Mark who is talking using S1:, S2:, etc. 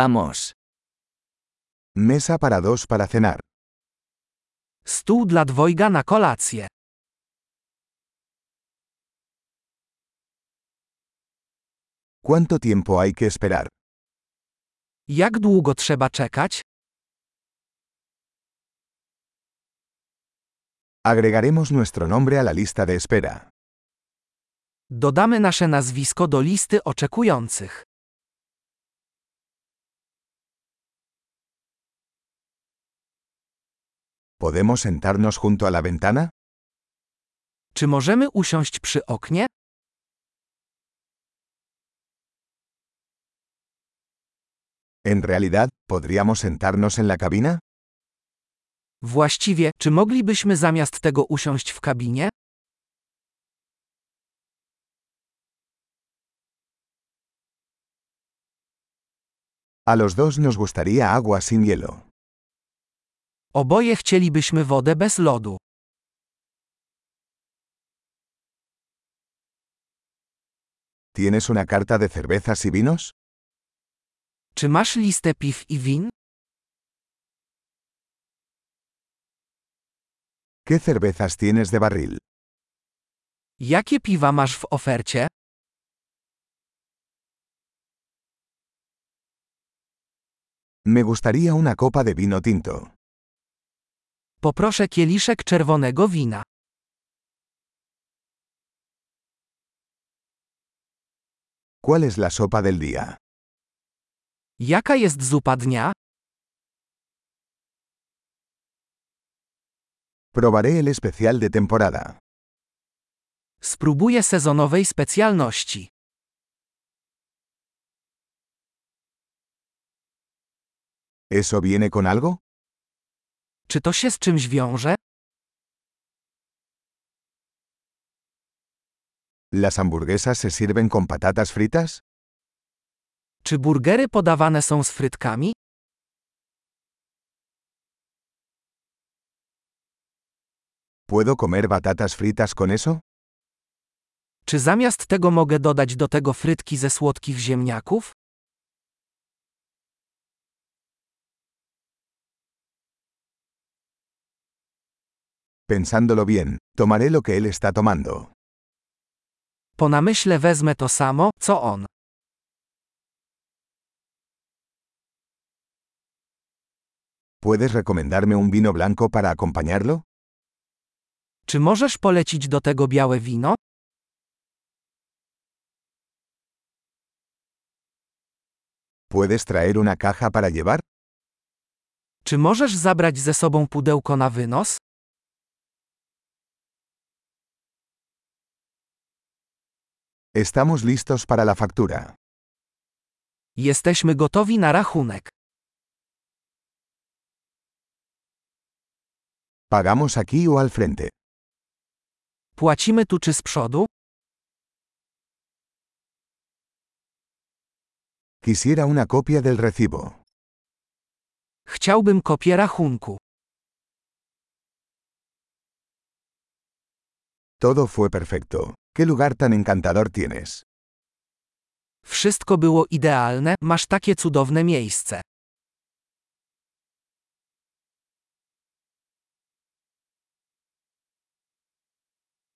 S1: Vamos.
S2: Mesa para dos para cenar.
S3: Stół dla dwojga na kolację.
S2: ¿Cuánto tiempo hay que esperar?
S3: Jak długo trzeba czekać?
S2: Agregaremos nuestro nombre a la lista de espera.
S3: Dodamy nasze nazwisko do listy oczekujących.
S2: ¿Podemos sentarnos junto a la ventana?
S3: Czy możemy usiąść przy oknie?
S2: En realidad, ¿podríamos sentarnos en la cabina?
S3: Właściwie, czy moglibyśmy zamiast tego usiąść w kabinie?
S2: A los dos nos gustaría agua sin hielo.
S3: Oboje chcielibyśmy wodę bez lodu.
S2: ¿Tienes una carta de cervezas y vinos?
S3: Czy masz listę piw i win?
S2: ¿Qué cervezas tienes de barril?
S3: Jakie piwa masz w ofercie?
S2: Me gustaría una copa de vino tinto.
S3: Poproszę kieliszek czerwonego wina.
S2: ¿Cuál es la sopa del día?
S3: Jaka jest zupa dnia?
S2: Probaré el especial de temporada.
S3: Spróbuję sezonowej specjalności.
S2: ¿Eso viene con algo?
S3: Czy to się z czymś wiąże?
S2: ¿Las hamburguesas se sirven con patatas fritas?
S3: Czy burgery podawane są z frytkami?
S2: ¿Puedo comer batatas fritas con eso?
S3: Czy zamiast tego mogę dodać do tego frytki ze słodkich ziemniaków?
S2: Pensándolo bien, tomaré lo que él está tomando.
S3: Po namyśle wezmę to samo, co on.
S2: ¿Puedes recomendarme un vino blanco para acompañarlo?
S3: Czy możesz polecić do tego białe wino?
S2: ¿Puedes traer una caja para llevar?
S3: Czy możesz zabrać ze sobą pudełko na wynos?
S2: Estamos listos para la factura.
S3: Jesteśmy gotowi na rachunek.
S2: ¿Pagamos aquí o al frente?
S3: Płacimy tu czy z przodu?
S2: Quisiera una copia del recibo.
S3: Chciałbym kopię rachunku.
S2: Todo fue perfecto. ¿Qué lugar tan encantador tienes?
S3: Wszystko było idealne, masz takie cudowne miejsce.